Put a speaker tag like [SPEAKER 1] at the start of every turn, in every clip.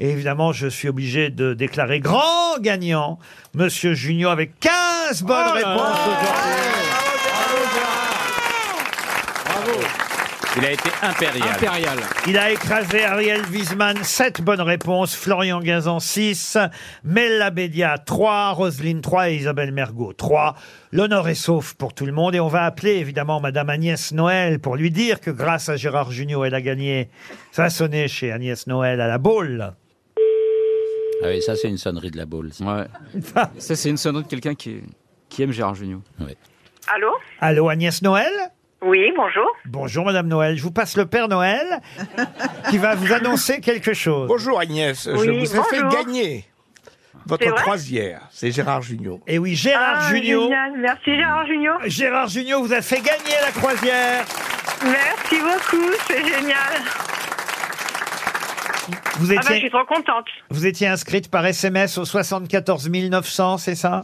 [SPEAKER 1] Et évidemment, je suis obligé de déclarer grand gagnant Monsieur Junior avec 15 bonnes
[SPEAKER 2] Oh là là
[SPEAKER 1] réponses
[SPEAKER 2] là
[SPEAKER 1] aujourd'hui.
[SPEAKER 3] Il a été impérial.
[SPEAKER 2] Impérial.
[SPEAKER 1] Il a écrasé Ariel Wiesman, 7 bonnes réponses, Florian Gazan, 6, Mella Bédia, 3, Roselyne, 3 et Isabelle Mergot, 3. L'honneur est sauf pour tout le monde et on va appeler évidemment Madame Agnès Noël pour lui dire que grâce à Gérard Junior, elle a gagné. Ça a sonné chez Agnès Noël à la boule.
[SPEAKER 3] Ah oui, ça c'est une sonnerie de la boule. ça.
[SPEAKER 2] Ouais. Ça, c'est une sonnerie de quelqu'un qui, qui aime Gérard Jugnot.
[SPEAKER 3] Ouais.
[SPEAKER 4] Allô
[SPEAKER 1] Allô Agnès Noël
[SPEAKER 4] Oui, bonjour.
[SPEAKER 1] Bonjour Madame Noël, je vous passe le Père Noël qui va vous annoncer quelque chose.
[SPEAKER 5] Bonjour Agnès, je
[SPEAKER 4] Oui,
[SPEAKER 5] vous ai fait
[SPEAKER 4] bonjour.
[SPEAKER 5] gagner
[SPEAKER 4] C'est
[SPEAKER 5] votre
[SPEAKER 4] vrai
[SPEAKER 5] croisière. C'est Gérard Junior.
[SPEAKER 1] Et Eh oui, Gérard
[SPEAKER 4] Ah,
[SPEAKER 1] Junior.
[SPEAKER 4] génial. Merci Gérard Junior.
[SPEAKER 1] Gérard Junior vous a fait gagner la croisière.
[SPEAKER 4] Merci beaucoup, c'est génial.
[SPEAKER 1] Vous
[SPEAKER 4] Ah ben, je
[SPEAKER 1] étiez
[SPEAKER 4] suis trop contente.
[SPEAKER 1] Vous étiez inscrite par SMS au 74 900, c'est ça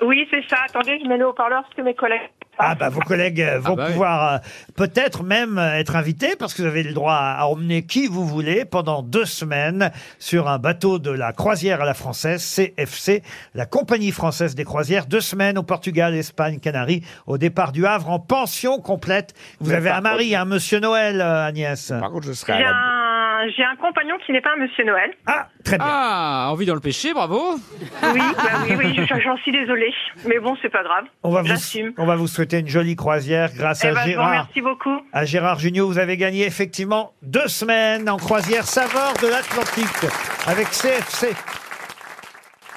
[SPEAKER 4] Oui, c'est ça. Attendez, je mets le haut-parleur parce que mes collègues...
[SPEAKER 1] Ah bah vos collègues euh, vont
[SPEAKER 2] bah oui.
[SPEAKER 1] pouvoir euh, peut-être même euh, être invités parce que vous avez le droit à, à emmener qui vous voulez pendant deux semaines sur un bateau de la croisière à la française, CFC, la compagnie française des croisières, deux semaines au Portugal, Espagne, Canaries, au départ du Havre en pension complète. Vous
[SPEAKER 5] Mais
[SPEAKER 1] avez
[SPEAKER 5] par
[SPEAKER 1] un mari, un monsieur Noël, euh, Agnès.
[SPEAKER 5] Par contre, je serai à
[SPEAKER 4] J'ai
[SPEAKER 5] la...
[SPEAKER 4] un, j'ai un compagnon qui n'est pas un monsieur Noël.
[SPEAKER 1] Ah, très bien.
[SPEAKER 2] Ah, envie dans le péché, bravo.
[SPEAKER 1] Ah.
[SPEAKER 4] Oui, bah oui, oui, je- j'en suis désolée. Mais bon, c'est pas grave.
[SPEAKER 1] On va, vous,
[SPEAKER 4] J'assume.
[SPEAKER 1] on va vous souhaiter une jolie croisière grâce
[SPEAKER 4] Eh
[SPEAKER 1] à
[SPEAKER 4] ben, je vous
[SPEAKER 1] Gérard.
[SPEAKER 4] remercie beaucoup.
[SPEAKER 1] À Gérard Junior, vous avez gagné effectivement deux semaines en croisière Saveur de l'Atlantique avec CFC.